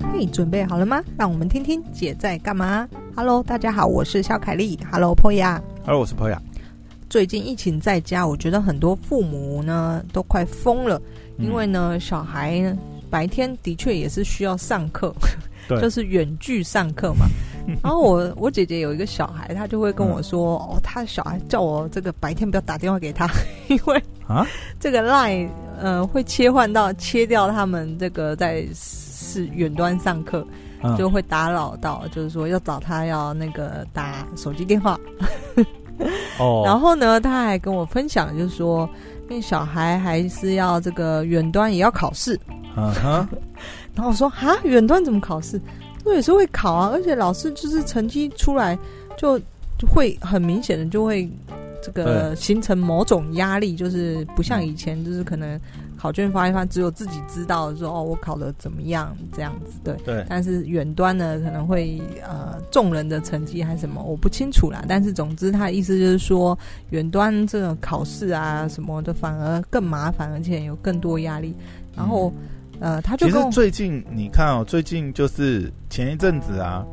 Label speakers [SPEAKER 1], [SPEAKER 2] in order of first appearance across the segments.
[SPEAKER 1] 嗨，准备好了吗？让我们听听姐在干嘛。Hello，大家好，我是肖凯丽。Hello，Poya。
[SPEAKER 2] 而我是朋友，
[SPEAKER 1] 最近疫情在家，我觉得很多父母呢都快疯了，因为呢，小孩呢白天的确也是需要上课，
[SPEAKER 2] 对
[SPEAKER 1] 就是远距上课 嘛。然后我我姐姐有一个小孩，她就会跟
[SPEAKER 2] 嗯
[SPEAKER 1] 我说，哦，她小孩叫我这个白天不要打电话给他， 因为
[SPEAKER 2] 啊
[SPEAKER 1] 这个 line 呃会切换到切掉他们这个在是远端上课，
[SPEAKER 2] 嗯
[SPEAKER 1] 就会打扰到，就是说要找他要那个打手机电话。
[SPEAKER 2] 哦，
[SPEAKER 1] 然后呢，他还跟我分享，就是说，那小孩还是要这个远端也要考试。
[SPEAKER 2] 嗯哼，
[SPEAKER 1] 然后我说，哈，远端怎么考试？我也是会考啊，而且老师就是成绩出来就就会很明显的就会这个形成某种压力，就是不像以前，就是可能考卷发一发，只有自己知道说哦，我考的怎么样这样子，对。
[SPEAKER 2] 对，
[SPEAKER 1] 但是远端呢，可能会呃众人的成绩还是什么，我不清楚啦。但是总之，他的意思就是说，远端这种考试啊什么的，反而更麻烦，而且有更多压力。然后、呃， 他就
[SPEAKER 2] 其
[SPEAKER 1] 跟我
[SPEAKER 2] 实最近你看哦，最近就是前一阵子啊，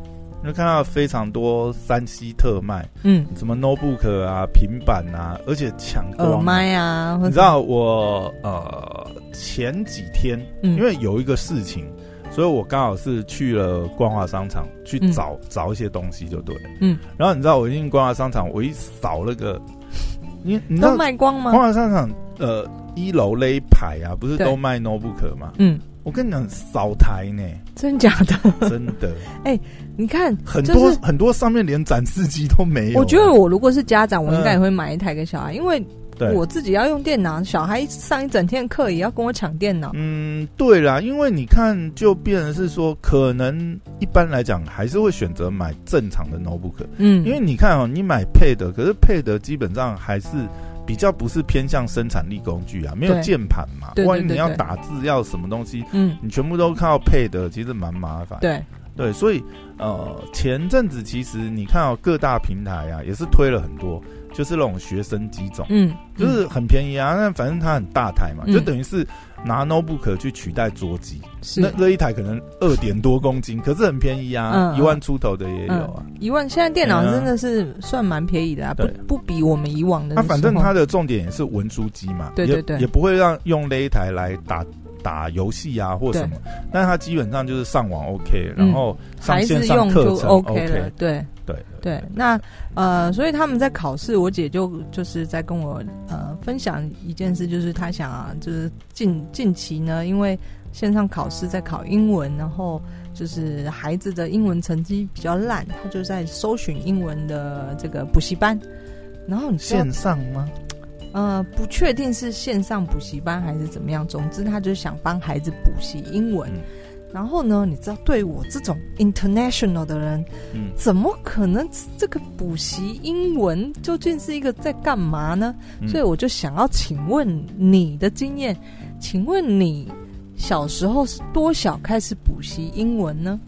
[SPEAKER 2] 你就看到非常多三 C 特卖，
[SPEAKER 1] 嗯
[SPEAKER 2] 什么 notebook 啊、平板啊，而且抢
[SPEAKER 1] 耳
[SPEAKER 2] 光、
[SPEAKER 1] 麦啊，或者
[SPEAKER 2] 你知道我呃前几天
[SPEAKER 1] 嗯
[SPEAKER 2] 因为有一个事情，所以我刚好是去了光华商场去
[SPEAKER 1] 嗯
[SPEAKER 2] 找、找一些东西就对了。
[SPEAKER 1] 嗯，
[SPEAKER 2] 然后你知道我进光华商场，我一扫那个，你你知道
[SPEAKER 1] 都卖光
[SPEAKER 2] 光
[SPEAKER 1] 吗？
[SPEAKER 2] 华商场呃一楼那一排啊，不是
[SPEAKER 1] 嗯对
[SPEAKER 2] 都卖 notebook 吗？
[SPEAKER 1] 嗯，
[SPEAKER 2] 我跟你讲，扫台 呢，
[SPEAKER 1] 真假的？
[SPEAKER 2] 真的
[SPEAKER 1] 你看，
[SPEAKER 2] 很多、
[SPEAKER 1] 就是
[SPEAKER 2] 很多上面连展示机都没有。啊
[SPEAKER 1] 我觉得我如果是家长，我应该
[SPEAKER 2] 嗯
[SPEAKER 1] 也会买一台给小孩，因为
[SPEAKER 2] 对
[SPEAKER 1] 我自己要用电脑，小孩上一整天课也要跟我抢电脑。
[SPEAKER 2] 嗯，对啦，因为你看，就变成是说，可能一般来讲还是会选择买正常的 notebook，
[SPEAKER 1] 嗯，
[SPEAKER 2] 因为你看哦，你买配的，可是配的基本上还是比较不是偏向生产力工具啊，没有
[SPEAKER 1] 对
[SPEAKER 2] 键盘嘛，
[SPEAKER 1] 对对
[SPEAKER 2] 万一
[SPEAKER 1] 对
[SPEAKER 2] 你要
[SPEAKER 1] 对
[SPEAKER 2] 打字要什么东西，
[SPEAKER 1] 嗯，
[SPEAKER 2] 你全部都靠配的，其实蛮麻烦。
[SPEAKER 1] 对，
[SPEAKER 2] 对，所以呃，前阵子其实你看哦，各大平台啊也是推了很多，就是那种学生机种，
[SPEAKER 1] 嗯，
[SPEAKER 2] 就是很便宜啊，那反正它很大台嘛，
[SPEAKER 1] 嗯
[SPEAKER 2] 就等于是拿 notebook 去取代桌机，
[SPEAKER 1] 嗯
[SPEAKER 2] 那
[SPEAKER 1] 是。
[SPEAKER 2] 那一台可能二点多公斤，可是很便宜啊，
[SPEAKER 1] 嗯
[SPEAKER 2] 一万出头的也有啊。
[SPEAKER 1] 一万，现在电脑
[SPEAKER 2] 对啊
[SPEAKER 1] 真的是算蛮便宜的啊，不
[SPEAKER 2] 对
[SPEAKER 1] 不比我们以往的
[SPEAKER 2] 那、
[SPEAKER 1] 时候。
[SPEAKER 2] 反正它的重点也是文书机嘛，
[SPEAKER 1] 对对对
[SPEAKER 2] 也也不会让用那一台来打打游戏啊或什么，但它基本上就是上网 OK，然后
[SPEAKER 1] 嗯
[SPEAKER 2] 上
[SPEAKER 1] 还
[SPEAKER 2] 线
[SPEAKER 1] 是
[SPEAKER 2] 上
[SPEAKER 1] 用就
[SPEAKER 2] 课程
[SPEAKER 1] OK 了，对
[SPEAKER 2] 对
[SPEAKER 1] 对。那呃，所以他们在考试，我姐就就是在跟我呃分享一件事，就是她想啊，就是近近期呢，因为线上考试在考英文，然后就是孩子的英文成绩比较烂，她就在搜寻英文的这个补习班。然后你知道
[SPEAKER 2] 线上吗？
[SPEAKER 1] 呃，不确定是线上补习班还是怎么样，总之他就是想帮孩子补习英文。
[SPEAKER 2] 嗯
[SPEAKER 1] 然后呢，你知道，对我这种 international 的人，
[SPEAKER 2] 嗯，
[SPEAKER 1] 怎么可能这个补习英文究竟是一个在干嘛呢？
[SPEAKER 2] 嗯
[SPEAKER 1] 所以我就想要请问你的经验，请问你小时候是多小开始补习英文呢？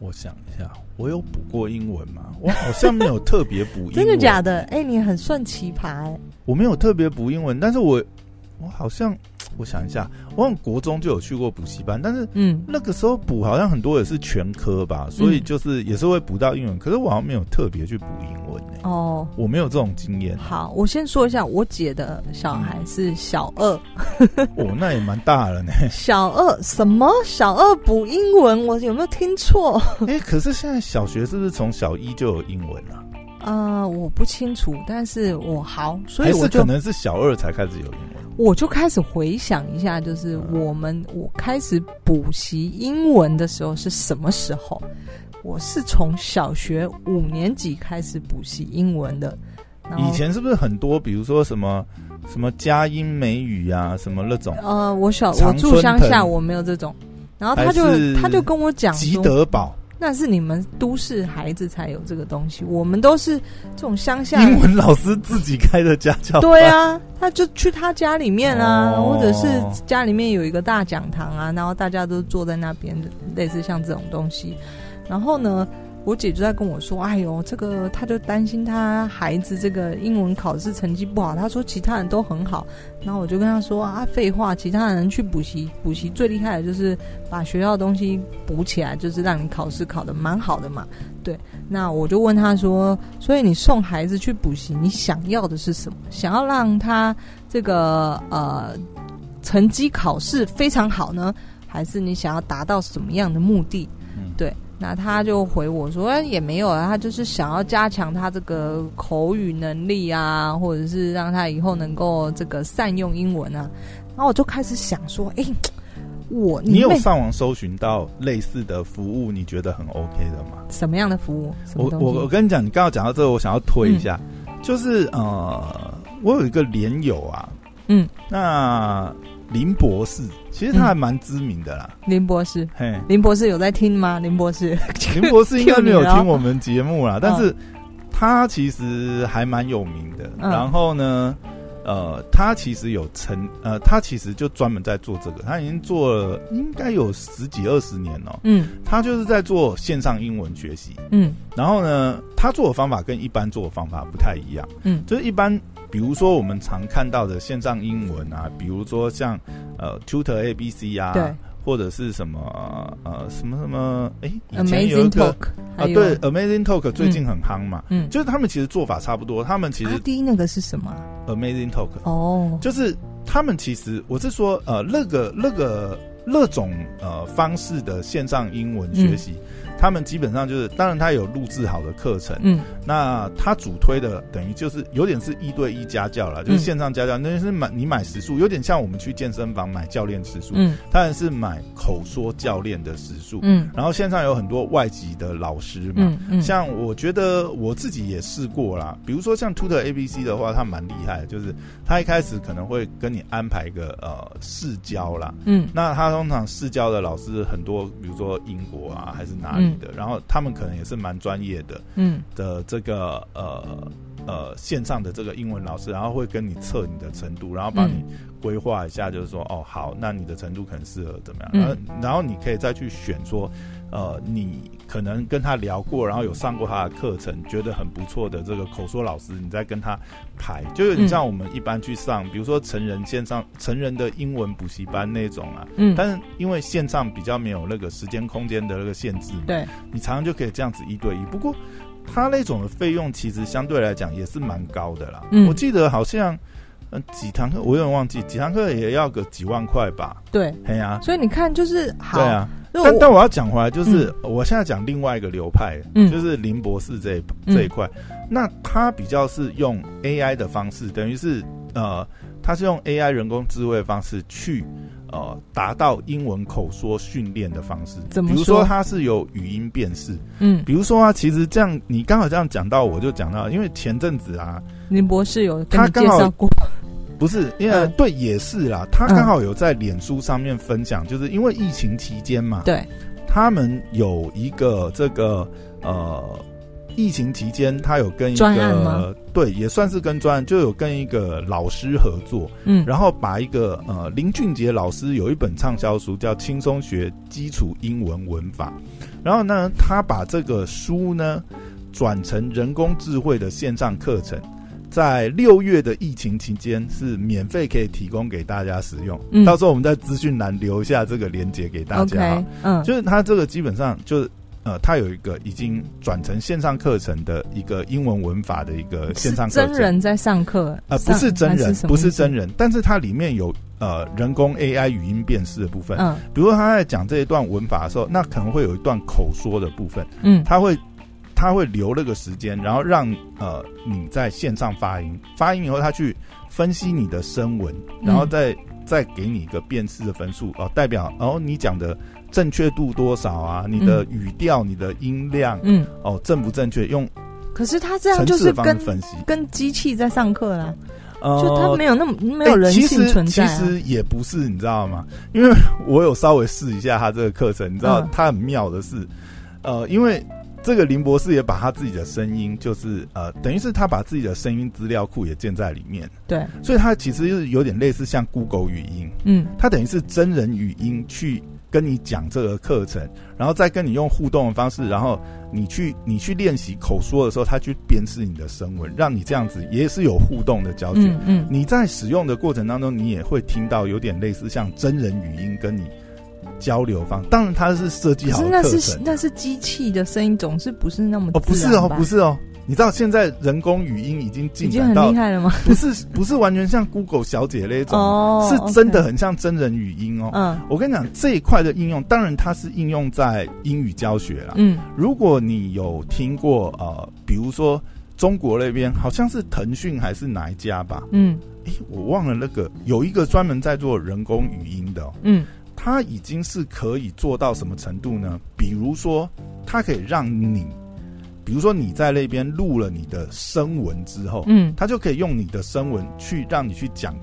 [SPEAKER 2] 我想一下，我有补过英文吗？我好像没有特别补英 文，
[SPEAKER 1] 真的假
[SPEAKER 2] 的？
[SPEAKER 1] 的？哎、你很算奇葩、哎
[SPEAKER 2] 我没有特别补英文，但是我我好像我想一下，我好像国中就有去过补习班，但是
[SPEAKER 1] 嗯，
[SPEAKER 2] 那个时候补好像很多也是全科吧，所以就是也是会补到英文，可是我好像没有特别去补英文、欸、
[SPEAKER 1] 哦，。
[SPEAKER 2] 我没有这种经 验
[SPEAKER 1] 好，我先说一下，我姐的小孩是小二。
[SPEAKER 2] 哦，那也蛮大了呢、
[SPEAKER 1] 小二什么？小二补英文，我有没有听错？
[SPEAKER 2] 哎、可是现在小学是不是从小一就有英文了、啊？
[SPEAKER 1] 呃，我不清楚，但是我好，所
[SPEAKER 2] 还
[SPEAKER 1] 以
[SPEAKER 2] 是
[SPEAKER 1] 我
[SPEAKER 2] 可
[SPEAKER 1] 就
[SPEAKER 2] 能是小二才开始有英文？
[SPEAKER 1] 我就开始回想一下，就是
[SPEAKER 2] 嗯
[SPEAKER 1] 我们我开始补习英文的时候是什么时候？我是从小学五年级开始补习英文的，然后
[SPEAKER 2] 以前是不是很多，比如说什么什么佳音美语啊，什么那种
[SPEAKER 1] 呃，我小我
[SPEAKER 2] 常
[SPEAKER 1] 住
[SPEAKER 2] 春
[SPEAKER 1] 乡
[SPEAKER 2] 藤
[SPEAKER 1] 下，我没有这种。然后他
[SPEAKER 2] 还
[SPEAKER 1] 就是他就跟我讲
[SPEAKER 2] 吉
[SPEAKER 1] 说，
[SPEAKER 2] 德堡
[SPEAKER 1] 那是你们都市孩子才有这个东西，我们都是这种乡下
[SPEAKER 2] 英文老师自己开的家教班
[SPEAKER 1] 对，啊，他就去他家里面啊，
[SPEAKER 2] 哦
[SPEAKER 1] 或者是家里面有一个大讲堂啊，然后大家都坐在那边，类似像这种东西。然后呢，我姐就在跟我说：“哎呦，这个她就担心她孩子这个英文考试成绩不好。”她说其他人都很好，然后我就跟她说：“啊，废话，其他人去补习，补习最厉害的就是把学校的东西补起来，就是让你考试考得蛮好的嘛。”对，那我就问她说：“所以你送孩子去补习，你想要的是什么？想要让他这个呃成绩考试非常好呢，还是你想要达到什么样的目的？”
[SPEAKER 2] 嗯
[SPEAKER 1] 对那他就回我说、哎也没有啊，他就是想要加强他这个口语能力啊，或者是让他以后能够这个善用英文啊。然后我就开始想说，哎、我
[SPEAKER 2] 你有
[SPEAKER 1] 妹
[SPEAKER 2] 上网搜寻到类似的服务，你觉得很 OK 的吗？
[SPEAKER 1] 什么样的服务？什
[SPEAKER 2] 我
[SPEAKER 1] 么东西嗯
[SPEAKER 2] 我我跟你讲，你刚刚讲到这个，我想要推一下，就是呃，我有一个连友啊，
[SPEAKER 1] 嗯，
[SPEAKER 2] 那林博士，其实他还蛮知名的啦，
[SPEAKER 1] 林博士，
[SPEAKER 2] 嘿，
[SPEAKER 1] 林博士有在听吗？林博 士，
[SPEAKER 2] 林博士应该没有
[SPEAKER 1] Cue 你了
[SPEAKER 2] 听我们节目啦，但是他其实还蛮有名的。
[SPEAKER 1] 嗯
[SPEAKER 2] 然后呢，呃，他其实有成，呃，他其实就专门在做这个，他已经做了应该有十几二十年哦、
[SPEAKER 1] 嗯
[SPEAKER 2] 他就是在做线上英文学习。
[SPEAKER 1] 嗯
[SPEAKER 2] 然后呢，他做的方法跟一般做的方法不太一样，
[SPEAKER 1] 嗯
[SPEAKER 2] 就是一般。比如说我们常看到的线上英文啊，比如说像呃 Tutor ABC 啊，
[SPEAKER 1] 对
[SPEAKER 2] 或者是什么呃什么什么，哎、以前有一
[SPEAKER 1] ，Amazing
[SPEAKER 2] 个
[SPEAKER 1] Talk，还
[SPEAKER 2] 啊，
[SPEAKER 1] 有、
[SPEAKER 2] 对，Amazing Talk 最近很夯嘛，
[SPEAKER 1] 哎嗯，
[SPEAKER 2] 就是他们其实做法差不多，他们其
[SPEAKER 1] 阿
[SPEAKER 2] 实
[SPEAKER 1] 迪那个是什么啊？
[SPEAKER 2] Amazing Talk
[SPEAKER 1] 哦，
[SPEAKER 2] 就是他们其实我是说，呃，那个那个那种呃方式的线上英文学习，他们基本上就是，当然他有录制好的课程，
[SPEAKER 1] 嗯
[SPEAKER 2] 那他主推的等于就是有点是一对一家教啦，就是
[SPEAKER 1] 嗯
[SPEAKER 2] 线上家教，那就是买你买时数，有点像我们去健身房买教练时数，
[SPEAKER 1] 嗯
[SPEAKER 2] 当然是买口说教练的时数，
[SPEAKER 1] 嗯
[SPEAKER 2] 然后线上有很多外籍的老师嘛，
[SPEAKER 1] 嗯嗯，
[SPEAKER 2] 像我觉得我自己也试过啦，比如说像 Tutor ABC 的话，它蛮厉害的，就是它一开始可能会跟你安排一个呃试教啦。
[SPEAKER 1] 嗯
[SPEAKER 2] 那他通常试教的老师很多，比如说英国啊还是哪里的，然后他们可能也是蛮专业的
[SPEAKER 1] 嗯
[SPEAKER 2] 的这个呃呃线上的这个英文老师，然后会跟你测你的程度，然后帮你规划一下，就是说哦好，那你的程度可能适合怎么样，
[SPEAKER 1] 嗯
[SPEAKER 2] 然后然后你可以再去选说，呃，你可能跟他聊过，然后有上过他的课程，觉得很不错的这个口说老师，你再跟他排，就有
[SPEAKER 1] 嗯
[SPEAKER 2] 点像我们一般去上，比如说成人线上成人的英文补习班那种啊，
[SPEAKER 1] 嗯，
[SPEAKER 2] 但是因为线上比较没有那个时间空间的那个限制嘛，
[SPEAKER 1] 对，
[SPEAKER 2] 你常常就可以这样子一对一。不过，他那种的费用其实相对来讲也是蛮高的啦。
[SPEAKER 1] 嗯
[SPEAKER 2] 我记得好像，呃，几堂课我有点忘记，几堂课也要个几万块吧？
[SPEAKER 1] 对，
[SPEAKER 2] 嘿呀、
[SPEAKER 1] 所以你看，就是好，
[SPEAKER 2] 对啊。
[SPEAKER 1] 如果
[SPEAKER 2] 但
[SPEAKER 1] 我
[SPEAKER 2] 但我要讲回来，就是、我现在讲另外一个流派，
[SPEAKER 1] 嗯
[SPEAKER 2] 就是林博士这一
[SPEAKER 1] 嗯
[SPEAKER 2] 这一块，那他比较是用 AI 的方式，等于是呃，他是用 AI 人工智慧的方式去呃达到英文口说训练的方式。
[SPEAKER 1] 怎么
[SPEAKER 2] 比如说
[SPEAKER 1] 说
[SPEAKER 2] 他是有语音辨识，
[SPEAKER 1] 嗯，
[SPEAKER 2] 比如说啊，其实这样你刚好这样讲到，我就讲到，因为前阵子啊，
[SPEAKER 1] 林博士有跟
[SPEAKER 2] 他
[SPEAKER 1] 你
[SPEAKER 2] 刚
[SPEAKER 1] 介
[SPEAKER 2] 好
[SPEAKER 1] 绍过，
[SPEAKER 2] 不是因为、
[SPEAKER 1] 嗯
[SPEAKER 2] 对也是啦，他刚
[SPEAKER 1] 嗯
[SPEAKER 2] 好有在脸书上面分享，就是因为疫情期间嘛，
[SPEAKER 1] 对，
[SPEAKER 2] 他们有一个这个呃，疫情期间他有跟一
[SPEAKER 1] 专案吗
[SPEAKER 2] 个对，也算是跟专案，就有跟一个老师合作，
[SPEAKER 1] 嗯，
[SPEAKER 2] 然后把一个呃林俊杰老师有一本畅销书叫《轻松学基础英文文法》，然后呢，他把这个书呢转成人工智慧的线上课程。在六月的疫情期间是免费可以提供给大家使用，
[SPEAKER 1] 嗯
[SPEAKER 2] 到时候我们在资讯栏留下这个链接给大家哈
[SPEAKER 1] OK，嗯，
[SPEAKER 2] 就是它这个基本上就是呃，它有一个已经转成线上课程的一个英文文法的一个线上
[SPEAKER 1] 是
[SPEAKER 2] 课
[SPEAKER 1] 真
[SPEAKER 2] 程，
[SPEAKER 1] 人在上课，
[SPEAKER 2] 呃，不
[SPEAKER 1] 上
[SPEAKER 2] 是真人，不是真，
[SPEAKER 1] 还什么意
[SPEAKER 2] 人，但是它里面有呃人工 AI 语音辨识的部分
[SPEAKER 1] 思，嗯
[SPEAKER 2] 比如说他在讲这一段文法的时候，那可能会有一段口说的部分，
[SPEAKER 1] 嗯，
[SPEAKER 2] 他会。他会留那个时间，然后让呃你在线上发音，发音以后他去分析你的声纹，然后
[SPEAKER 1] 嗯
[SPEAKER 2] 再、再给你一个辨识的分数哦、代表哦你讲的正确度多少啊，你的语调、你的音量
[SPEAKER 1] 嗯，
[SPEAKER 2] 哦正不正确，用
[SPEAKER 1] 可是他这样
[SPEAKER 2] 层
[SPEAKER 1] 就
[SPEAKER 2] 次
[SPEAKER 1] 是
[SPEAKER 2] 的方式
[SPEAKER 1] 跟
[SPEAKER 2] 分析，
[SPEAKER 1] 跟机器在上课啦，
[SPEAKER 2] 呃
[SPEAKER 1] 就他没有那么没有
[SPEAKER 2] 欸
[SPEAKER 1] 人性存在
[SPEAKER 2] 其
[SPEAKER 1] 啊，
[SPEAKER 2] 实其实也不是，你知道吗？因为我有稍微试一下他这个课程，你知道
[SPEAKER 1] 嗯
[SPEAKER 2] 他很妙的是，呃，因为这个林博士也把他自己的声音，就是呃，等于是他把自己的声音资料库也建在里面，
[SPEAKER 1] 对，
[SPEAKER 2] 所以他其实就是有点类似像 Google 语音，
[SPEAKER 1] 嗯
[SPEAKER 2] 他等于是真人语音去跟你讲这个课程，然后再跟你用互动的方式，然后你去你去练习口说的时候，他去辨识你的声纹，让你这样子也是有互动的教学。
[SPEAKER 1] 嗯嗯，
[SPEAKER 2] 你在使用的过程当中，你也会听到有点类似像真人语音跟你交流方，当然它是设计
[SPEAKER 1] 可
[SPEAKER 2] 好
[SPEAKER 1] 是
[SPEAKER 2] 的
[SPEAKER 1] 那
[SPEAKER 2] 课
[SPEAKER 1] 是
[SPEAKER 2] 程
[SPEAKER 1] 那是机器的声音，总是不是啊那么
[SPEAKER 2] 哦，不
[SPEAKER 1] 自
[SPEAKER 2] 是
[SPEAKER 1] 然
[SPEAKER 2] 哦，
[SPEAKER 1] 吧
[SPEAKER 2] 不是哦。你知道现在人工语音已经
[SPEAKER 1] 已
[SPEAKER 2] 进
[SPEAKER 1] 经
[SPEAKER 2] 展
[SPEAKER 1] 很
[SPEAKER 2] 到
[SPEAKER 1] 厉害了吗？
[SPEAKER 2] 不是不是完全像 Google 小姐那一种，
[SPEAKER 1] 哦，
[SPEAKER 2] 是真的很像真人语音哦。
[SPEAKER 1] OK，嗯
[SPEAKER 2] 我跟你讲这一块的应用，当然它是应用在英语教学啦。
[SPEAKER 1] 嗯
[SPEAKER 2] 如果你有听过呃，比如说中国那边好像是腾讯还是哪一家吧，
[SPEAKER 1] 嗯
[SPEAKER 2] 诶，我忘了那个有一个专门在做人工语音的、哦，
[SPEAKER 1] 嗯
[SPEAKER 2] 它已经是可以做到什么程度呢？比如说，它可以让你，比如说你在那边录了你的声纹之后，
[SPEAKER 1] 嗯，
[SPEAKER 2] 它就可以用你的声纹去让你去讲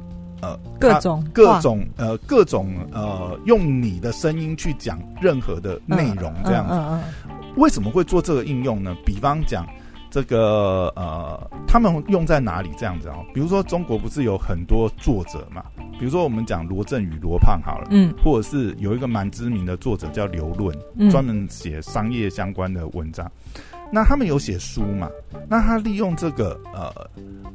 [SPEAKER 1] 各种
[SPEAKER 2] 各
[SPEAKER 1] 话
[SPEAKER 2] 种呃各种呃用你的声音去讲任何的内容这样子。
[SPEAKER 1] 嗯嗯
[SPEAKER 2] 为什么会做这个应用呢？比方讲。这个呃，他们用在哪里这样子啊、哦？比如说，中国不是有很多作者嘛？比如说，我们讲罗振宇、罗胖好了，
[SPEAKER 1] 嗯
[SPEAKER 2] 或者是有一个蛮知名的作者叫刘润，
[SPEAKER 1] 嗯，
[SPEAKER 2] 专门写商业相关的文章。那他们有写书嘛？那他利用这个呃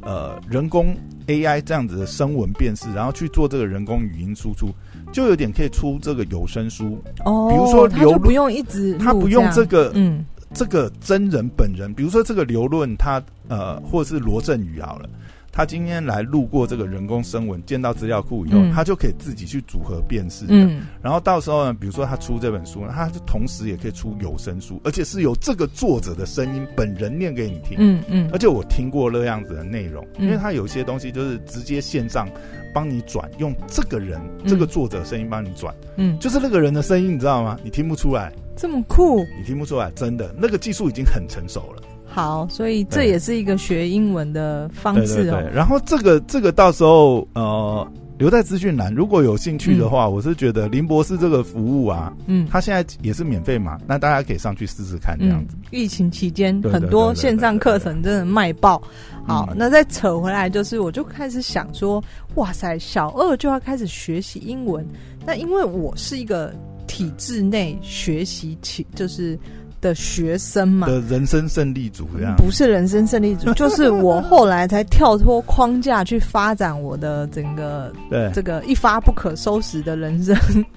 [SPEAKER 2] 呃人工 AI 这样子的声纹辨识，然后去做这个人工语音输出，就有点可以出这个有声书。
[SPEAKER 1] 哦，
[SPEAKER 2] 比如说
[SPEAKER 1] 他
[SPEAKER 2] 流
[SPEAKER 1] 就
[SPEAKER 2] 入
[SPEAKER 1] 不用一直
[SPEAKER 2] 他
[SPEAKER 1] 录
[SPEAKER 2] 不用
[SPEAKER 1] 样
[SPEAKER 2] 这个
[SPEAKER 1] 嗯
[SPEAKER 2] 这个真人本人，比如说这个刘润他呃，或者是罗振宇好了，他今天来路过这个人工声纹，见到资料库以后，
[SPEAKER 1] 嗯
[SPEAKER 2] 他就可以自己去组合辨识的。
[SPEAKER 1] 嗯
[SPEAKER 2] 然后到时候呢，比如说他出这本书，他就同时也可以出有声书，而且是由这个作者的声音本人念给你听。
[SPEAKER 1] 嗯嗯
[SPEAKER 2] 而且我听过那样子的内容，
[SPEAKER 1] 嗯
[SPEAKER 2] 因为他有些东西就是直接线上帮你转，用这个人、
[SPEAKER 1] 嗯
[SPEAKER 2] 这个作者声音帮你转，
[SPEAKER 1] 嗯，
[SPEAKER 2] 就是那个人的声音，你知道吗？你听不出来，
[SPEAKER 1] 这么酷。
[SPEAKER 2] 你听不出来，真的，那个技术已经很成熟了。
[SPEAKER 1] 好，所以这
[SPEAKER 2] 对
[SPEAKER 1] 也是一个学英文的方
[SPEAKER 2] 对对
[SPEAKER 1] 式
[SPEAKER 2] 对
[SPEAKER 1] 哦。。
[SPEAKER 2] 然后这个这个到时候呃留在资讯栏，如果有兴趣的话，我是觉得林博士这个服务啊，
[SPEAKER 1] 嗯
[SPEAKER 2] 他现在也是免费嘛，那大家可以上去试试看这样
[SPEAKER 1] 嗯
[SPEAKER 2] 子。，
[SPEAKER 1] 疫情期间
[SPEAKER 2] 对对
[SPEAKER 1] 很
[SPEAKER 2] 对
[SPEAKER 1] 多
[SPEAKER 2] 对
[SPEAKER 1] 线
[SPEAKER 2] 对
[SPEAKER 1] 上
[SPEAKER 2] 对
[SPEAKER 1] 课
[SPEAKER 2] 对
[SPEAKER 1] 程真的卖爆。好
[SPEAKER 2] 嗯，
[SPEAKER 1] 那再扯回来，就是我就开始想说，哇塞，小二就要开始学习英文。那因为我是一个体制内学习起，就是的学生嘛，嗯
[SPEAKER 2] 的人生胜利组这样。
[SPEAKER 1] 不是人生胜利组，就是我后来才跳脱框架去发展我的整个
[SPEAKER 2] 对，
[SPEAKER 1] 这个一发不可收拾的人生。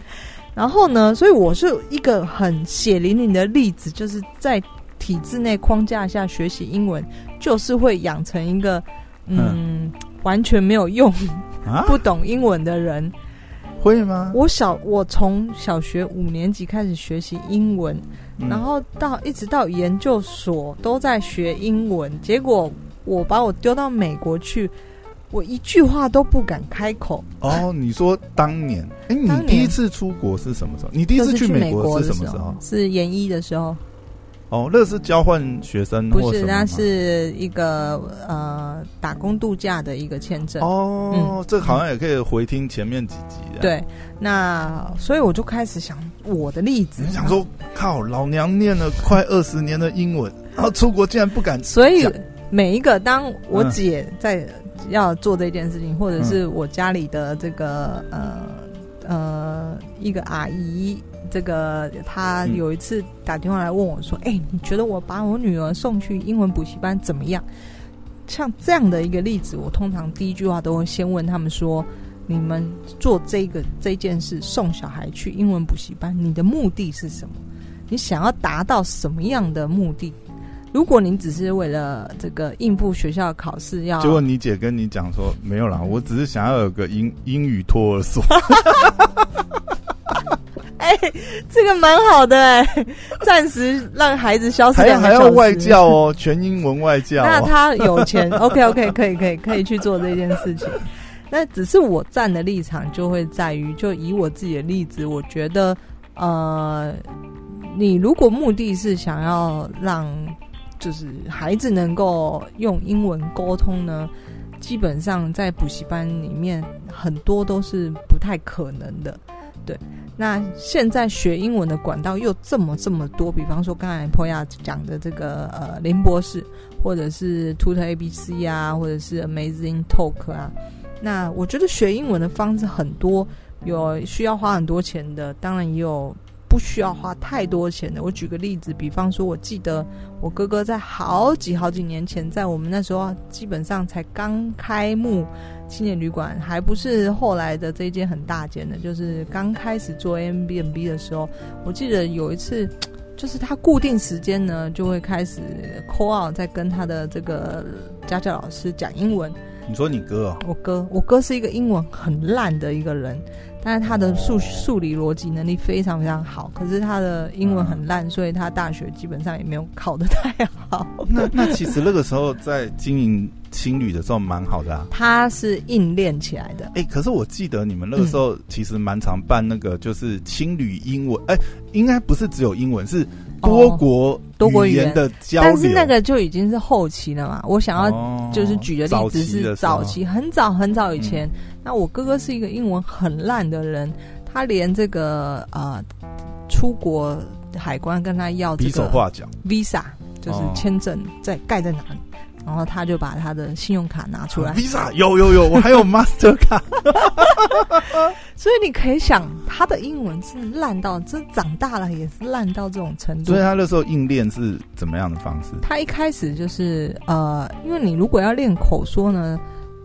[SPEAKER 1] 然后呢，所以我是一个很血淋淋的例子，就是在体制内框架下学习英文，就是会养成一个嗯完全没有用、
[SPEAKER 2] 啊，
[SPEAKER 1] 不懂英文的人。
[SPEAKER 2] 会吗？
[SPEAKER 1] 我小我从小学五年级开始学习英文，
[SPEAKER 2] 嗯
[SPEAKER 1] 然后到一直到研究所都在学英文，结果我把我丢到美国去，我一句话都不敢开口。
[SPEAKER 2] 哦，你说当年，哎，你
[SPEAKER 1] 当年
[SPEAKER 2] 第一次出国是什么时候？你第一
[SPEAKER 1] 就
[SPEAKER 2] 次
[SPEAKER 1] 是去
[SPEAKER 2] 美
[SPEAKER 1] 国
[SPEAKER 2] 是
[SPEAKER 1] 的
[SPEAKER 2] 什么时候？
[SPEAKER 1] 是研一的时候，
[SPEAKER 2] 哦，那是交换学生嗯或
[SPEAKER 1] 不
[SPEAKER 2] 什
[SPEAKER 1] 是，
[SPEAKER 2] 么
[SPEAKER 1] 那
[SPEAKER 2] 吗
[SPEAKER 1] 是一个呃打工度假的一个签证。嗯
[SPEAKER 2] 哦，这好像也可以回听前面几集的。，
[SPEAKER 1] 对，那所以我就开始想我的例子，
[SPEAKER 2] 你想说，靠，老娘念了快二十年的英文，然后出国竟然不敢
[SPEAKER 1] 所以
[SPEAKER 2] 讲
[SPEAKER 1] 每一个当我
[SPEAKER 2] 嗯
[SPEAKER 1] 姐在要做这件事情，或者是我家里的这个呃呃一个阿姨，这个她
[SPEAKER 2] 嗯
[SPEAKER 1] 有一次打电话来问我说：“哎、你觉得我把我女儿送去英文补习班怎么样？”像这样的一个例子，我通常第一句话都会先问他们说：“你们做这个这件事，送小孩去英文补习班，你的目的是什么？你想要达到什么样的目的？如果你只是为了这个应付学校的考试要，
[SPEAKER 2] 结果你姐跟你讲说，没有啦，我只是想要有个英英语托 儿所。
[SPEAKER 1] 哎、这个蛮好的、哎，暂时让孩子消失
[SPEAKER 2] 还要
[SPEAKER 1] 两个
[SPEAKER 2] 还
[SPEAKER 1] 小时。
[SPEAKER 2] 要外教哦，全英文外教、
[SPEAKER 1] 那
[SPEAKER 2] 哦。
[SPEAKER 1] 他有钱，OK OK，可以可以可以去做这件事情。那只是我站的立场就会在于，就以我自己的例子，我觉得，呃，你如果目的是想要让就是孩子能够用英文沟通呢，基本上在补习班里面很多都是不太可能的。对，那现在学英文的管道又这么这么多，比方说刚才 Poya 讲的这个呃林博士，或者是 Tutor ABC 啊，或者是 Amazing Talk 啊。那我觉得学英文的方式很多，有需要花很多钱的，当然也有不需要花太多钱的。我举个例子，比方说，我记得我哥哥在好几好几年前，在我们那时候基本上才刚开幕青年旅馆，还不是后来的这一间很大间的，就是刚开始做 M B N B 的时候，我记得有一次。就是他固定时间呢，就会开始 call out，在跟他的这个家教老师讲英文。
[SPEAKER 2] 你说你哥 哦，
[SPEAKER 1] 我哥，我哥是一个英文很烂的一个人，但是他的数数理逻辑能力非常非常好，可是他的英文很烂，所以他大学基本上也没有考得太好。
[SPEAKER 2] 那那其实那个时候在经营青旅的时候蛮好的啊。
[SPEAKER 1] 他是硬练起来的，
[SPEAKER 2] 哎、可是我记得你们那个时
[SPEAKER 1] 嗯
[SPEAKER 2] 候其实蛮常办那个，就是青旅英文，哎、应该不是只有英文，是多国
[SPEAKER 1] 哦多国
[SPEAKER 2] 语
[SPEAKER 1] 语
[SPEAKER 2] 言
[SPEAKER 1] 言
[SPEAKER 2] 的交流。
[SPEAKER 1] 但是那个就已经是后期了嘛。我想要
[SPEAKER 2] 要
[SPEAKER 1] 就是举的例子是早，期很早很早以
[SPEAKER 2] 嗯
[SPEAKER 1] 前，那我哥哥是一个英文很烂的人，他连这个呃出国海关跟他要哦这
[SPEAKER 2] 比手
[SPEAKER 1] 个
[SPEAKER 2] 画脚，
[SPEAKER 1] visa，就是
[SPEAKER 2] 哦
[SPEAKER 1] 签证在盖在哪里，然后他就把他的信用卡拿出来，
[SPEAKER 2] Visa 有 有有，我还有 Master 卡，
[SPEAKER 1] 所以你可以想他的英文是烂到，真长大了也是烂到这种程度
[SPEAKER 2] 所以。他那时候应练是怎么样的方式？
[SPEAKER 1] 他一开始就是呃，因为你如果要练口说呢，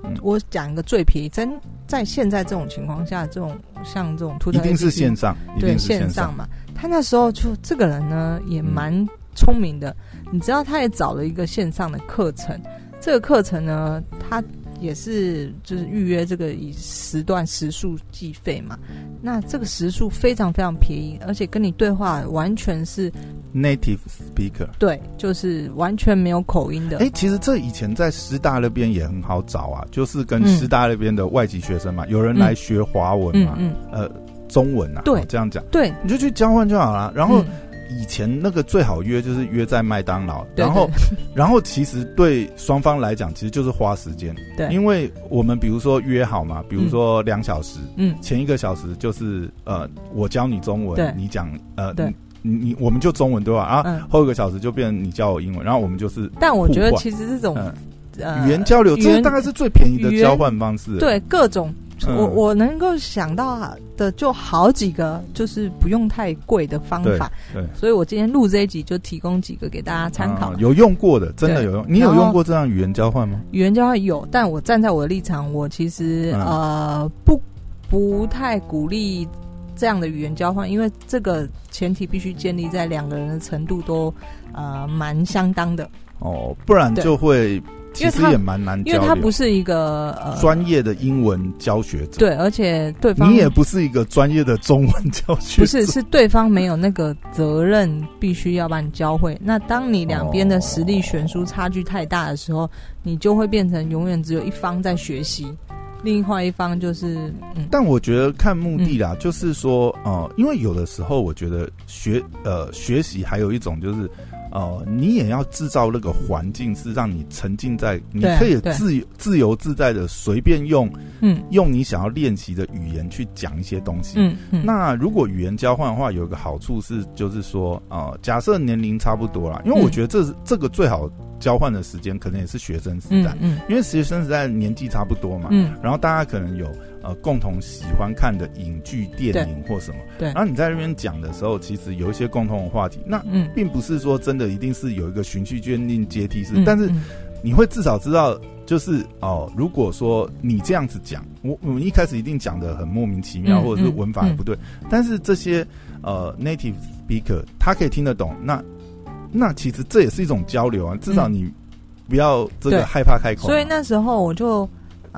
[SPEAKER 2] 嗯
[SPEAKER 1] 我讲一个最便宜，真在现在这种情况下，这种像这种突
[SPEAKER 2] 一
[SPEAKER 1] 特
[SPEAKER 2] 定是
[SPEAKER 1] APP
[SPEAKER 2] 线上，一
[SPEAKER 1] 对
[SPEAKER 2] 定是
[SPEAKER 1] 线
[SPEAKER 2] 上嗯
[SPEAKER 1] 上。嘛。他那时候就这个人呢也蛮聪明的，你知道，他也找了一个线上的课程，这个课程呢，他也是就是预约这个以时段时数计费嘛。那这个时数非常非常便宜，而且跟你对话完全是
[SPEAKER 2] Native speaker，
[SPEAKER 1] 对，就是完全没有口音的。
[SPEAKER 2] 哎、其实这以前在师大那边也很好找啊，就是跟
[SPEAKER 1] 嗯
[SPEAKER 2] 师大那边的外籍学生嘛，有人来学华文
[SPEAKER 1] 嗯
[SPEAKER 2] 嘛，
[SPEAKER 1] 嗯，
[SPEAKER 2] 呃，中文啊，
[SPEAKER 1] 对
[SPEAKER 2] 哦这样讲，
[SPEAKER 1] 对。
[SPEAKER 2] 你就去交换就好了。然后
[SPEAKER 1] 嗯
[SPEAKER 2] 以前那个最好约就是约在麦当劳，
[SPEAKER 1] 对
[SPEAKER 2] 然后
[SPEAKER 1] 对
[SPEAKER 2] 然后其实对双方来讲，其实就是花时间，
[SPEAKER 1] 对
[SPEAKER 2] 因为我们比如说约好嘛，比如说两小时，
[SPEAKER 1] 嗯
[SPEAKER 2] 前一个小时就是呃，我教你中
[SPEAKER 1] 对
[SPEAKER 2] 文，你讲呃，
[SPEAKER 1] 对
[SPEAKER 2] 你你你我们就中文对吧？啊，
[SPEAKER 1] 嗯，
[SPEAKER 2] 后一个小时就变成你教我英文，然后我们就是
[SPEAKER 1] 但我觉得
[SPEAKER 2] 互换
[SPEAKER 1] 其实这种
[SPEAKER 2] 嗯
[SPEAKER 1] 呃
[SPEAKER 2] 语言交流，
[SPEAKER 1] 语
[SPEAKER 2] 这
[SPEAKER 1] 言
[SPEAKER 2] 大概是最便宜的
[SPEAKER 1] 语言
[SPEAKER 2] 交换方式。，
[SPEAKER 1] 对各种，
[SPEAKER 2] 嗯
[SPEAKER 1] 我我能够想到啊的就好几个，就是不用太贵的方法。
[SPEAKER 2] 对对
[SPEAKER 1] 所以我今天录这一集就提供几个给大家参考。
[SPEAKER 2] 啊有用过的，真的
[SPEAKER 1] 对
[SPEAKER 2] 有用。你有用过这样语言交换吗？
[SPEAKER 1] 语言交换有，但我站在我的立场，我其实、
[SPEAKER 2] 嗯
[SPEAKER 1] 呃不不太鼓励这样的语言交换，因为这个前提必须建立在两个人的程度都呃蛮相当的，
[SPEAKER 2] 哦，不然
[SPEAKER 1] 对
[SPEAKER 2] 就会其
[SPEAKER 1] 为
[SPEAKER 2] 实
[SPEAKER 1] 他
[SPEAKER 2] 也蛮难
[SPEAKER 1] 因为
[SPEAKER 2] 交
[SPEAKER 1] 他
[SPEAKER 2] 流
[SPEAKER 1] 不。是一个呃
[SPEAKER 2] 专业的英文教学者，
[SPEAKER 1] 对，而且对方
[SPEAKER 2] 你也不是一个专业的中文教学者，
[SPEAKER 1] 不是，是对方没有那个责任，必须要把你教会。那当你两边
[SPEAKER 2] 哦
[SPEAKER 1] 的实力悬殊差距太大的时候，你就会变成永远只有一方在学习，另外一方就是嗯，
[SPEAKER 2] 但我觉得看目的啦，就是说，呃，因为有的时候我觉得学呃学习还有一种就是，呃，你也要制造那个环境是让你沉浸在，你
[SPEAKER 1] 对
[SPEAKER 2] 可以
[SPEAKER 1] 对
[SPEAKER 2] 自由自由自在的随便用
[SPEAKER 1] 嗯
[SPEAKER 2] 用你想要练习的语言去讲一些东西。
[SPEAKER 1] 嗯嗯，
[SPEAKER 2] 那如果语言交换的话，有一个好处是，就是说，呃，假设年龄差不多啦，因为我
[SPEAKER 1] 嗯
[SPEAKER 2] 觉得这是、这个最好交换的时间，可能也是学生时
[SPEAKER 1] 嗯
[SPEAKER 2] 代，
[SPEAKER 1] 嗯
[SPEAKER 2] 因为学生时代年纪差不多嘛，
[SPEAKER 1] 嗯
[SPEAKER 2] 然后大家可能有呃共同喜欢看的影剧、电影或什么，
[SPEAKER 1] 对
[SPEAKER 2] 然后你在那边讲的时候，其实有一些共同的话题，那
[SPEAKER 1] 嗯，
[SPEAKER 2] 并不是说真的一定是有一个循序渐进阶梯式，
[SPEAKER 1] 嗯
[SPEAKER 2] 但是
[SPEAKER 1] 嗯
[SPEAKER 2] 你会至少知道，就是哦，如果说你这样子讲，我我们一开始一定讲的很莫名其妙，
[SPEAKER 1] 嗯
[SPEAKER 2] 或者是
[SPEAKER 1] 嗯
[SPEAKER 2] 文法也
[SPEAKER 1] 嗯
[SPEAKER 2] 不对，但是这些呃 native speaker 他可以听得懂，那那其实这也是一种交流啊，至少
[SPEAKER 1] 嗯
[SPEAKER 2] 你不要这
[SPEAKER 1] 对
[SPEAKER 2] 个害怕开口嘛，啊
[SPEAKER 1] 所以那时候我就。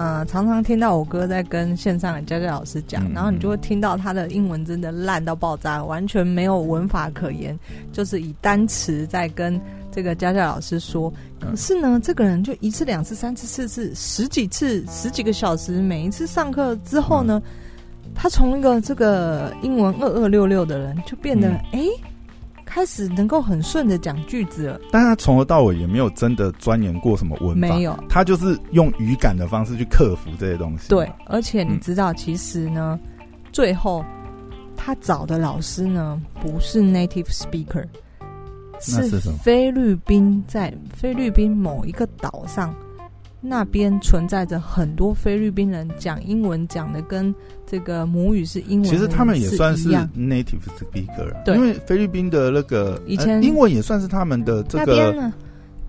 [SPEAKER 1] 呃，常常听到我哥在跟线上的家教老师讲，
[SPEAKER 2] 嗯
[SPEAKER 1] 然后你就会听到他的英文真的烂到爆炸，完全没有文法可言，
[SPEAKER 2] 嗯
[SPEAKER 1] 就是以单词在跟这个家教老师说。
[SPEAKER 2] 嗯
[SPEAKER 1] 可是呢，这个人就一次、两次、三次、四次、十几次、十几个小时，每一次上课之后呢，
[SPEAKER 2] 嗯
[SPEAKER 1] 他从一个这个英文二二六六的人，就变得
[SPEAKER 2] 嗯
[SPEAKER 1] 哎、诶开始能够很顺的讲句子了，
[SPEAKER 2] 但他从头到尾也没有真的钻研过什么文法，
[SPEAKER 1] 没有。
[SPEAKER 2] 他就是用语感的方式去克服这些东西。
[SPEAKER 1] 对，而且你
[SPEAKER 2] 嗯
[SPEAKER 1] 知道，其实呢，最后他找的老师呢不是 native speaker，
[SPEAKER 2] 那是什么
[SPEAKER 1] 菲律宾在菲律宾某一个岛上那边存在着很多菲律宾人讲英文讲的跟这个母语是英文的人一样，
[SPEAKER 2] 其实他们也算是 native speaker，啊
[SPEAKER 1] 对
[SPEAKER 2] 因为菲律宾的那个
[SPEAKER 1] 以前
[SPEAKER 2] 呃英文也算是他们的这
[SPEAKER 1] 那边
[SPEAKER 2] 个
[SPEAKER 1] 呢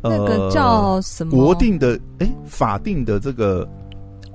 [SPEAKER 2] 呃
[SPEAKER 1] 那个叫什么
[SPEAKER 2] 国定的哎法定的这个，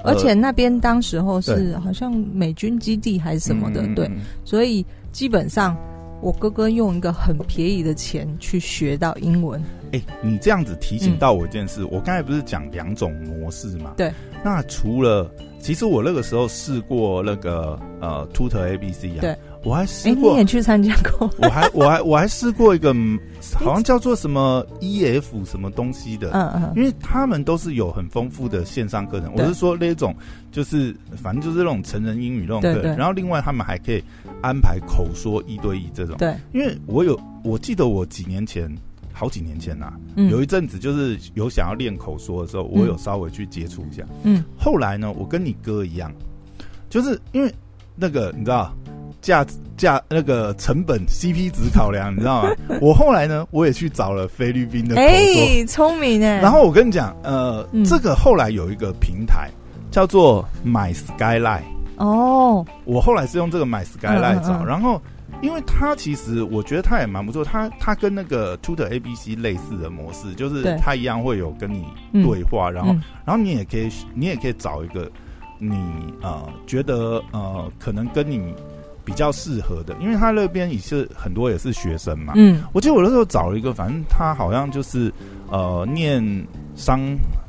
[SPEAKER 2] 呃
[SPEAKER 1] 而且那边当时候是
[SPEAKER 2] 对
[SPEAKER 1] 好像美军基地还是什么的，
[SPEAKER 2] 嗯
[SPEAKER 1] 对，，所以基本上我哥哥用一个很便宜的钱去学到英文，
[SPEAKER 2] 哎，你这样子提醒
[SPEAKER 1] 嗯
[SPEAKER 2] 到我一件事，我刚才不是讲两种模式嘛？
[SPEAKER 1] 对。
[SPEAKER 2] 那除了，其实我那个时候试过那个呃 Tutor ABC 啊，
[SPEAKER 1] 对，
[SPEAKER 2] 我还
[SPEAKER 1] 哎、
[SPEAKER 2] 试
[SPEAKER 1] 你
[SPEAKER 2] 过
[SPEAKER 1] 也，去参加 过？
[SPEAKER 2] 我还我还我还试过一个，嗯好像叫做什么 EF 什么东西的，
[SPEAKER 1] 嗯嗯，
[SPEAKER 2] 因为他们都是有很丰富的线上课程，我
[SPEAKER 1] 对
[SPEAKER 2] 是说那种就是反正就是那种成人英语那种
[SPEAKER 1] 对
[SPEAKER 2] 课
[SPEAKER 1] 对
[SPEAKER 2] 程，然后另外他们还可以安排口说一对一这种。
[SPEAKER 1] 对，
[SPEAKER 2] 因为我有我记得我几年前，好几年前呐、啊
[SPEAKER 1] 嗯
[SPEAKER 2] 有一阵子就是有想要练口说的时候，我有稍微去接触一下。
[SPEAKER 1] 嗯，
[SPEAKER 2] 后来呢，我跟你哥一样，就是因为那个你知道价价那个成本 CP 值考量，你知 道吗？我后来呢，我也去找了菲律宾的口
[SPEAKER 1] 哎、
[SPEAKER 2] 说。
[SPEAKER 1] 聪明哎、
[SPEAKER 2] 然后我跟你讲，呃，
[SPEAKER 1] 嗯
[SPEAKER 2] 这个后来有一个平台叫做 My Skyline，
[SPEAKER 1] 哦，
[SPEAKER 2] 我后来是用这个 My Skyline 找，
[SPEAKER 1] 嗯嗯
[SPEAKER 2] 然后因为它其实我觉得它也蛮不错，它它跟那个 Tutor ABC 类似的模式，就是
[SPEAKER 1] 对
[SPEAKER 2] 它一样会有跟你
[SPEAKER 1] 嗯
[SPEAKER 2] 对话，然后、
[SPEAKER 1] 嗯
[SPEAKER 2] 然后你也可以你也可以找一个你呃觉得呃可能跟你比较适合的，因为他那边也是很多也是学生嘛，
[SPEAKER 1] 嗯
[SPEAKER 2] 我记得我那时候找了一个，反正他好像就是呃念商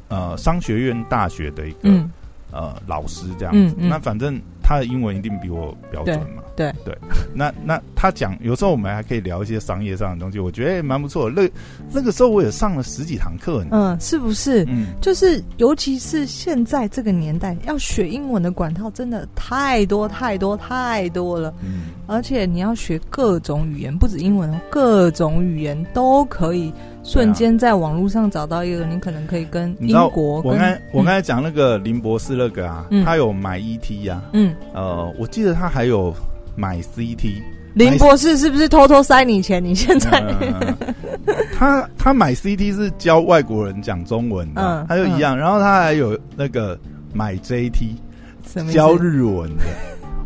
[SPEAKER 2] 呃商学院大学的一个、
[SPEAKER 1] 嗯，
[SPEAKER 2] 呃老师这样
[SPEAKER 1] 嗯
[SPEAKER 2] 子。
[SPEAKER 1] 嗯
[SPEAKER 2] 那反正他的英文一定比我标准嘛。
[SPEAKER 1] 对
[SPEAKER 2] 对，那那他讲，有时候我们还可以聊一些商业上的东西，我觉得也蛮不错的。那那个时候我也上了十几堂课呢。
[SPEAKER 1] 嗯，是不是？
[SPEAKER 2] 嗯，
[SPEAKER 1] 就是，尤其是现在这个年代，要学英文的管道真的太多太多太多了，
[SPEAKER 2] 嗯
[SPEAKER 1] 而且你要学各种语言，不止英文哦，各种语言都可以瞬间在网络上找到一个，你可能可以跟
[SPEAKER 2] 你知
[SPEAKER 1] 英
[SPEAKER 2] 道
[SPEAKER 1] 国
[SPEAKER 2] 我
[SPEAKER 1] 跟
[SPEAKER 2] 刚我刚才讲那个林博士那个啊，
[SPEAKER 1] 嗯
[SPEAKER 2] 他有买 ET 呀、
[SPEAKER 1] 嗯，
[SPEAKER 2] 呃，我记得他还有买 E CT，
[SPEAKER 1] 林博士是不是偷偷塞你钱？你现在
[SPEAKER 2] 嗯他他买 CT 是教外国人讲中文的，
[SPEAKER 1] 嗯
[SPEAKER 2] 他就一样。然后他还有那个买 JT
[SPEAKER 1] 什 么意思
[SPEAKER 2] 教日文的，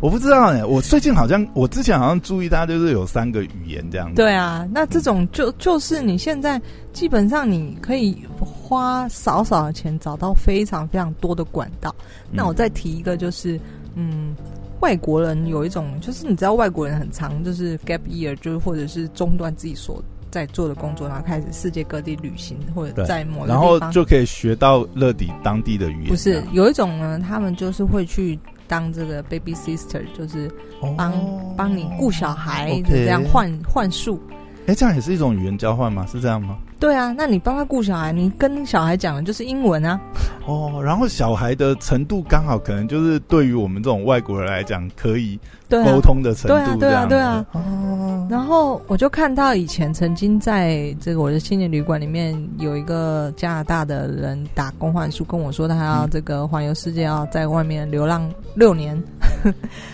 [SPEAKER 2] 我不知道哎、我最近好像我之前好像注意他就是有三个语言这样子。
[SPEAKER 1] 对啊，那这种就就是你现在基本上你可以花少少的钱找到非常非常多的管道。
[SPEAKER 2] 嗯，
[SPEAKER 1] 那我再提一个，就是嗯，外国人有一种，就是你知道外国人很长，就是 gap year，就是或者是中断自己所在做的工作，然后开始世界各地旅行，或者
[SPEAKER 2] 对
[SPEAKER 1] 在某个
[SPEAKER 2] 然后
[SPEAKER 1] 地方。
[SPEAKER 2] 就可以学到乐迪当地的语言。
[SPEAKER 1] 不
[SPEAKER 2] 这
[SPEAKER 1] 是
[SPEAKER 2] 样
[SPEAKER 1] 有一种呢，他们就是会去当这个 baby sister，就是帮、
[SPEAKER 2] 哦
[SPEAKER 1] 帮你顾小孩
[SPEAKER 2] OK
[SPEAKER 1] 这样换换术。
[SPEAKER 2] 哎，这样也是一种语言交换吗？是这样吗？
[SPEAKER 1] 对啊，那你帮他顾小孩，你跟小孩讲的就是英文啊。
[SPEAKER 2] 哦，然后小孩的程度刚好可能就是对于我们这种外国人来讲，可以
[SPEAKER 1] 对啊
[SPEAKER 2] 沟，通的程
[SPEAKER 1] 对啊
[SPEAKER 2] 度
[SPEAKER 1] 对
[SPEAKER 2] 这
[SPEAKER 1] 啊
[SPEAKER 2] 样
[SPEAKER 1] 对啊
[SPEAKER 2] 子哦，
[SPEAKER 1] 然后我就看到以前曾经在这个我的青年旅馆里面有一个加拿大的人打工换宿，跟我说他要
[SPEAKER 2] 嗯
[SPEAKER 1] 这个环游世界，要在外面流浪六年。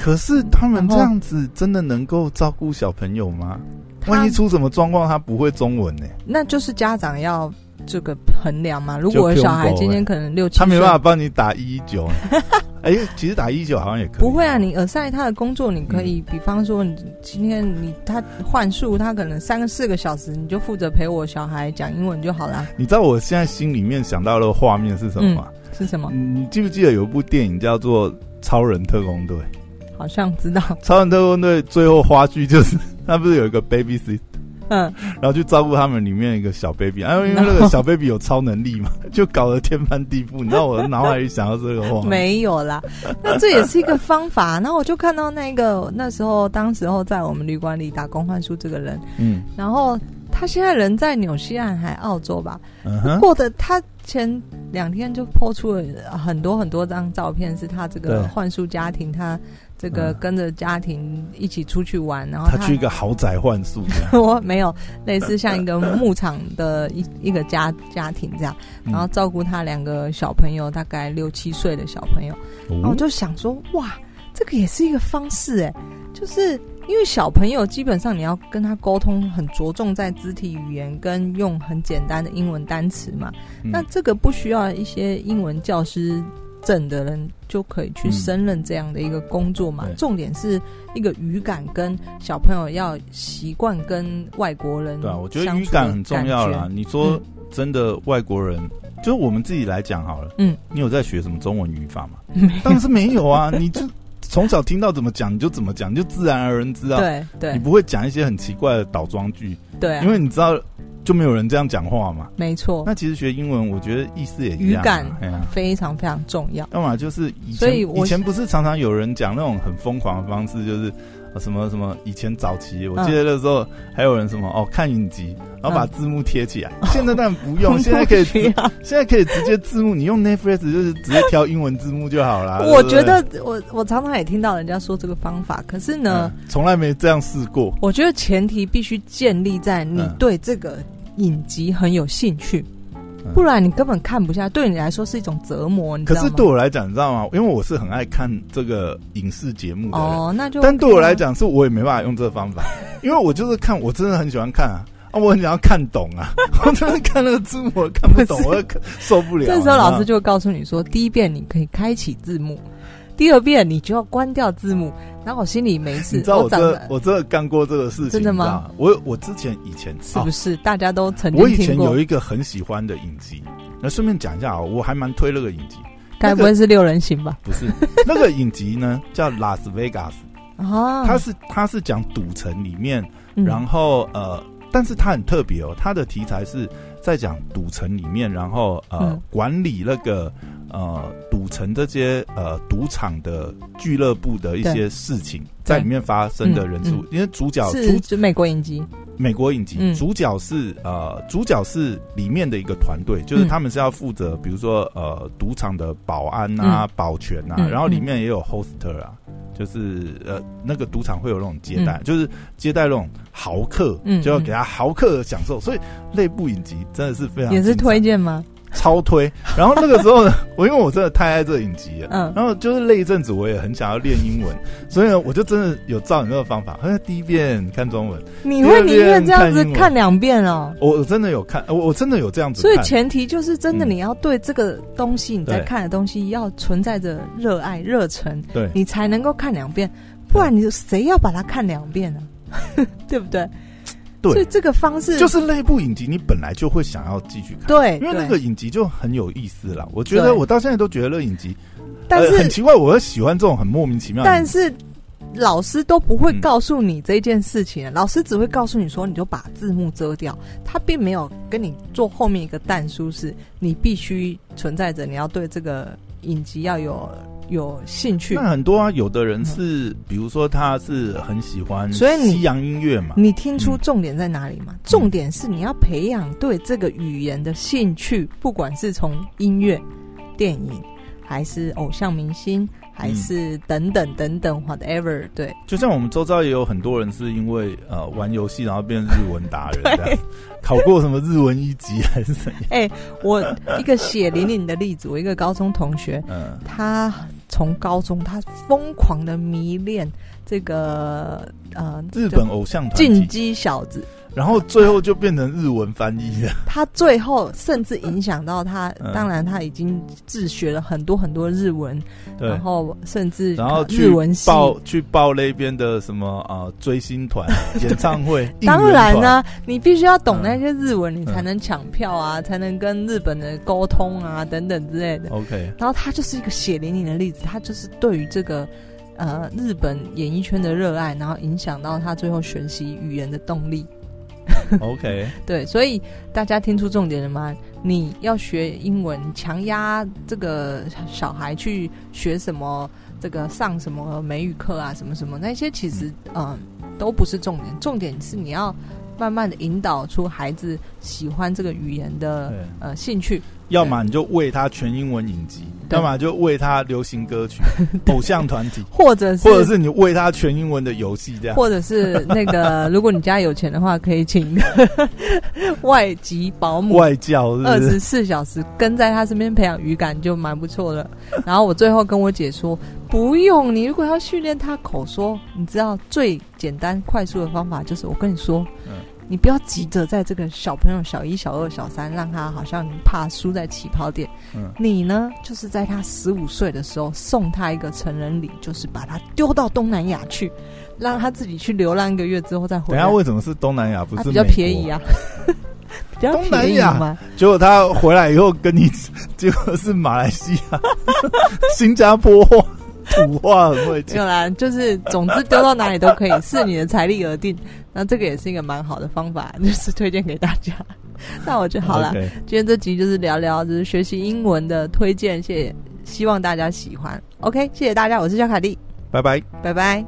[SPEAKER 2] 可是他们
[SPEAKER 1] 然后
[SPEAKER 2] 这样子真的能够照顾小朋友吗？
[SPEAKER 1] 他
[SPEAKER 2] 万一出什么状况，他不会中文呢、
[SPEAKER 1] 那就是家长要这个衡量嘛。如果
[SPEAKER 2] 就
[SPEAKER 1] 小孩
[SPEAKER 2] Pure
[SPEAKER 1] 今
[SPEAKER 2] Gold
[SPEAKER 1] 天
[SPEAKER 2] 欸
[SPEAKER 1] 可能六七
[SPEAKER 2] 他
[SPEAKER 1] 岁，
[SPEAKER 2] 没办法帮你打一一九。 哎、其实打一一九好像也可以。
[SPEAKER 1] 不会啊，你耳塞他的工作，你可
[SPEAKER 2] 嗯
[SPEAKER 1] 以，比方说，你今天你他换宿，他可能三个四个小时，你就负责陪我小孩讲英文就好啦。
[SPEAKER 2] 你知道我现在心里面想到的画面是什么吗？
[SPEAKER 1] 是什么？
[SPEAKER 2] 你记不记得有一部电影叫做《超人特工队》？
[SPEAKER 1] 好像知道，
[SPEAKER 2] 《超人特工队》最后花絮就是 他不是有一个 baby sit，
[SPEAKER 1] 嗯，
[SPEAKER 2] 然后去照顾他们里面一个小 baby，啊，因为那 个小 baby 有超能力嘛， 就搞得天翻地覆。你知道我脑海里想到这个画面，
[SPEAKER 1] 没有 啦。那这也是一个方法。那我就看到那个那时候，当时候在我们旅馆里打工换宿这个人，
[SPEAKER 2] 嗯
[SPEAKER 1] 然后他现在人在纽西兰还澳洲吧，
[SPEAKER 2] 嗯哼，
[SPEAKER 1] 过得他前两天就抛出了很多很多张照片，是他这个
[SPEAKER 2] 对
[SPEAKER 1] 幻术家庭，他这个
[SPEAKER 2] 嗯
[SPEAKER 1] 跟着家庭一起出去玩，然后。
[SPEAKER 2] 他去一个豪宅换宿这 样
[SPEAKER 1] 我没有类似像一个牧场的一一个家家庭这样，
[SPEAKER 2] 嗯
[SPEAKER 1] 然后照顾他两个小朋友，大概六七岁哦
[SPEAKER 2] 嗯
[SPEAKER 1] 欸的小朋友，然后我就想说，哇，这个也是一个方式哎，就是因为小朋友基本上你要跟他沟通，很着重在肢体语言跟用很简单的英文单词嘛。
[SPEAKER 2] 嗯
[SPEAKER 1] 那这个不需要一些英文教师证的人就可以去
[SPEAKER 2] 嗯
[SPEAKER 1] 胜任这样的一个工作嘛。
[SPEAKER 2] 对
[SPEAKER 1] 重点是一个语感跟小朋友要习惯跟外国人
[SPEAKER 2] 对啊，我觉得
[SPEAKER 1] 相
[SPEAKER 2] 语
[SPEAKER 1] 处的
[SPEAKER 2] 感很重要啦
[SPEAKER 1] 感。觉。嗯
[SPEAKER 2] 你说真的，外国人、就是我们自己来讲好了。
[SPEAKER 1] 嗯，
[SPEAKER 2] 你有在学什么中文语法吗？当然是没有啊， 你就从小听到怎么讲你就怎么讲，你就自然而然知道。
[SPEAKER 1] 对
[SPEAKER 2] 你
[SPEAKER 1] 对
[SPEAKER 2] 不会讲一些很奇怪的倒装句，
[SPEAKER 1] 对啊，
[SPEAKER 2] 因为你知道就没有人这样讲话嘛。
[SPEAKER 1] 没错，
[SPEAKER 2] 那其实学英文，我觉得意思也一
[SPEAKER 1] 语
[SPEAKER 2] 样啊、
[SPEAKER 1] 感
[SPEAKER 2] 哎呀
[SPEAKER 1] 非常非常重要。
[SPEAKER 2] 要么就是以前
[SPEAKER 1] 所以我
[SPEAKER 2] 以前不是常常有人讲那种很疯狂的方式，就是呃什么什么以前早期，我记得那时候还有人什么哦看影集，然后把字幕贴 起来。
[SPEAKER 1] 哦
[SPEAKER 2] 现在当然不用，现在可以直
[SPEAKER 1] 需要
[SPEAKER 2] 现在可以直接字幕，你用 Netflix 就是直接挑英文字幕就好啦。
[SPEAKER 1] 我
[SPEAKER 2] 啊对不
[SPEAKER 1] 觉
[SPEAKER 2] 对
[SPEAKER 1] 得我我常常也听到人家说这个方法，可是呢，
[SPEAKER 2] 嗯从、来没这样试过。
[SPEAKER 1] 我觉得前提必须建立在你
[SPEAKER 2] 嗯
[SPEAKER 1] 对这个影集很有兴趣，
[SPEAKER 2] 嗯
[SPEAKER 1] 不然你根本看不下，对你来说是一种折磨，你知
[SPEAKER 2] 可
[SPEAKER 1] 道吗？
[SPEAKER 2] 是对我来讲，你知道吗？因为我是很爱看这个影视节目的人，
[SPEAKER 1] 哦，那就
[SPEAKER 2] 但对我来，讲，是我也没办法用这个方 法，因为我就是看，我真的很喜欢看啊。啊，我很想要看懂啊！我真的看那个字幕，我看不 懂，
[SPEAKER 1] 不
[SPEAKER 2] 我也看受不了。啊
[SPEAKER 1] 这时候老师
[SPEAKER 2] 就
[SPEAKER 1] 就会告诉你说，第一遍你可以开启字幕，第二遍你就要关掉字幕。然后我心里每一次
[SPEAKER 2] 你知道我
[SPEAKER 1] 长
[SPEAKER 2] 真的
[SPEAKER 1] 得
[SPEAKER 2] 我真的干过这个事情，
[SPEAKER 1] 真的吗
[SPEAKER 2] 你知道？我我之前以前
[SPEAKER 1] 是不
[SPEAKER 2] 哦
[SPEAKER 1] 是大家都曾
[SPEAKER 2] 我
[SPEAKER 1] 经
[SPEAKER 2] 以前
[SPEAKER 1] 听过
[SPEAKER 2] 有？一个很喜欢的影集，那顺便讲一下啊，我还蛮推那个影集，
[SPEAKER 1] 该不会是六人行吧？
[SPEAKER 2] 不是那个影集呢叫《拉斯维 加斯》，
[SPEAKER 1] 啊，
[SPEAKER 2] 它是它是讲赌城里面
[SPEAKER 1] 嗯
[SPEAKER 2] 然后呃，但是它很特别哦，它的题材是在讲赌城里面，然后呃、
[SPEAKER 1] 嗯
[SPEAKER 2] 管理那个呃赌城这些呃赌场的俱乐部的一些事情，在里面发生的人数，
[SPEAKER 1] 嗯
[SPEAKER 2] 因为主角
[SPEAKER 1] 是
[SPEAKER 2] 主
[SPEAKER 1] 就美国影集，
[SPEAKER 2] 美国影集、
[SPEAKER 1] 嗯
[SPEAKER 2] 主角是呃主角是里面的一个团队，就是
[SPEAKER 1] 嗯
[SPEAKER 2] 他们是要负责比如说呃赌场的保安啊、保全啊，
[SPEAKER 1] 嗯
[SPEAKER 2] 然后里面也有 hoster 啊。就是呃，那个赌场会有那种接待，就是接待那种豪客，
[SPEAKER 1] 嗯
[SPEAKER 2] 就要给他豪客的享受。所以内部影集真的是非常
[SPEAKER 1] 也是
[SPEAKER 2] 精彩
[SPEAKER 1] 推荐吗？
[SPEAKER 2] 超推。然后那个时候呢， 我因为我真的太爱这个影集了，
[SPEAKER 1] 嗯
[SPEAKER 2] 然后就是那一阵子我也很想要练英文，所以呢，我就真的有照你那个方法，好像第一遍看中文，
[SPEAKER 1] 你会宁愿这样
[SPEAKER 2] 第
[SPEAKER 1] 子
[SPEAKER 2] 二遍看英文
[SPEAKER 1] 看两遍哦。
[SPEAKER 2] 我我真的有看，呃我我真的有这样子
[SPEAKER 1] 所以
[SPEAKER 2] 看。
[SPEAKER 1] 前提就是真的，
[SPEAKER 2] 嗯
[SPEAKER 1] 你要对这个东西，你在
[SPEAKER 2] 对
[SPEAKER 1] 看的东西要存在着热爱、热忱，
[SPEAKER 2] 对
[SPEAKER 1] 你才能够看两遍。不然你谁要把它看两遍呢、 啊？对不对？所以
[SPEAKER 2] 对，
[SPEAKER 1] 这个方式
[SPEAKER 2] 就是那部影集，你本来就会想要继续看。
[SPEAKER 1] 对，
[SPEAKER 2] 因为那
[SPEAKER 1] 对
[SPEAKER 2] 个影集就很有意思啦，我觉
[SPEAKER 1] 对
[SPEAKER 2] 得我到现在都觉得那影集，
[SPEAKER 1] 但
[SPEAKER 2] 呃
[SPEAKER 1] 是、
[SPEAKER 2] 很奇怪，我会喜欢这种很莫名其妙的影
[SPEAKER 1] 但
[SPEAKER 2] 集。
[SPEAKER 1] 是老师都不会
[SPEAKER 2] 嗯
[SPEAKER 1] 告诉你这件事情，啊老师只会告诉你说，你就把字幕遮掉，他并没有跟你做后面一个淡书是，你必须存在着你要对这个影集要有有兴趣。
[SPEAKER 2] 那很多啊，有的人是，比如说他是很喜欢
[SPEAKER 1] 嗯所以你
[SPEAKER 2] 西洋音乐嘛，
[SPEAKER 1] 你听出重点在哪里吗？重点是你要培养对这个语言的兴趣，不管是从音乐、电影，还是偶像明星，还是等等等等 whatever。对，
[SPEAKER 2] 就像我们周遭也有很多人是因为呃玩游戏然后变日文达人 这样，考过什么日文一级还是怎样？
[SPEAKER 1] 我一个血淋淋的例子，我一个高中同学，
[SPEAKER 2] 嗯，
[SPEAKER 1] 他从高中他疯狂的迷恋这个呃
[SPEAKER 2] 日本偶像团
[SPEAKER 1] 进
[SPEAKER 2] 体，
[SPEAKER 1] 击小子，
[SPEAKER 2] 然后最后就变成日文翻译了。
[SPEAKER 1] 他最后甚至影响到他，
[SPEAKER 2] 嗯
[SPEAKER 1] 当然他已经自学了很多很多日文，
[SPEAKER 2] 对
[SPEAKER 1] 然，后甚至
[SPEAKER 2] 然后去
[SPEAKER 1] 日文系。
[SPEAKER 2] 报去报那边的什么呃追星团 演唱会，应援
[SPEAKER 1] 当然啊
[SPEAKER 2] 团
[SPEAKER 1] 呢、你必须要懂
[SPEAKER 2] 嗯
[SPEAKER 1] 那些日文，你才能抢票啊，才能跟日本人沟通啊，等等之类的。
[SPEAKER 2] ，OK，
[SPEAKER 1] 然后他就是一个血淋淋的例子，他就是对于这个呃日本演艺圈的热爱，然后影响到他最后学习语言的动力。
[SPEAKER 2] OK，
[SPEAKER 1] 对，所以大家听出重点了吗？你要学英文，强压这个小孩去学什么，这个上什么美语课啊，什么什么那些，其实嗯、呃都不是重点，重点是你要慢慢的引导出孩子喜欢这个语言
[SPEAKER 2] 对
[SPEAKER 1] 的，呃兴趣。
[SPEAKER 2] 要么你就喂他全英文影集，
[SPEAKER 1] 对
[SPEAKER 2] 要么就喂他流行歌 曲、偶像团体，
[SPEAKER 1] 或者是
[SPEAKER 2] 或者是你喂他全英文的游戏这样。
[SPEAKER 1] 或者是那个，如果你家有钱的话，可以请 一个外籍保姆
[SPEAKER 2] 外教是
[SPEAKER 1] 二
[SPEAKER 2] 不是？
[SPEAKER 1] 十四小时跟在他身边培养语感就蛮不错的。然后我最后跟我姐说，不用，你如果要训练他口说，你知道最简单快速的方法就是我跟你说，
[SPEAKER 2] 嗯
[SPEAKER 1] 你不要急着在这个小朋友小一、小二、小三，让他好像怕输在起跑点。
[SPEAKER 2] 嗯
[SPEAKER 1] 你呢，就是在他十五岁的时候送他一个成人礼，就是把他丢到东南亚去，让他自己去流浪一个月之后再回
[SPEAKER 2] 等一
[SPEAKER 1] 来
[SPEAKER 2] 下，。为什么是东南亚不
[SPEAKER 1] 他
[SPEAKER 2] 是
[SPEAKER 1] 比较
[SPEAKER 2] 美国
[SPEAKER 1] 便宜？啊， 比较
[SPEAKER 2] 东南
[SPEAKER 1] 便宜
[SPEAKER 2] 亚
[SPEAKER 1] 嘛。
[SPEAKER 2] 结果他回来以后跟你，结果是马来西亚、 新加坡话、土话很会
[SPEAKER 1] 没
[SPEAKER 2] 讲。
[SPEAKER 1] 有啦，就是总之丢到哪里都可以，视你的财力而定。那这个也是一个蛮好的方法，就是推荐给大家。那我就好了
[SPEAKER 2] OK，
[SPEAKER 1] 今天这集就是聊聊就是学习英文的推荐，谢谢，希望大家喜欢。OK，谢谢大家，我是小凯丽，
[SPEAKER 2] 拜拜。
[SPEAKER 1] 拜拜。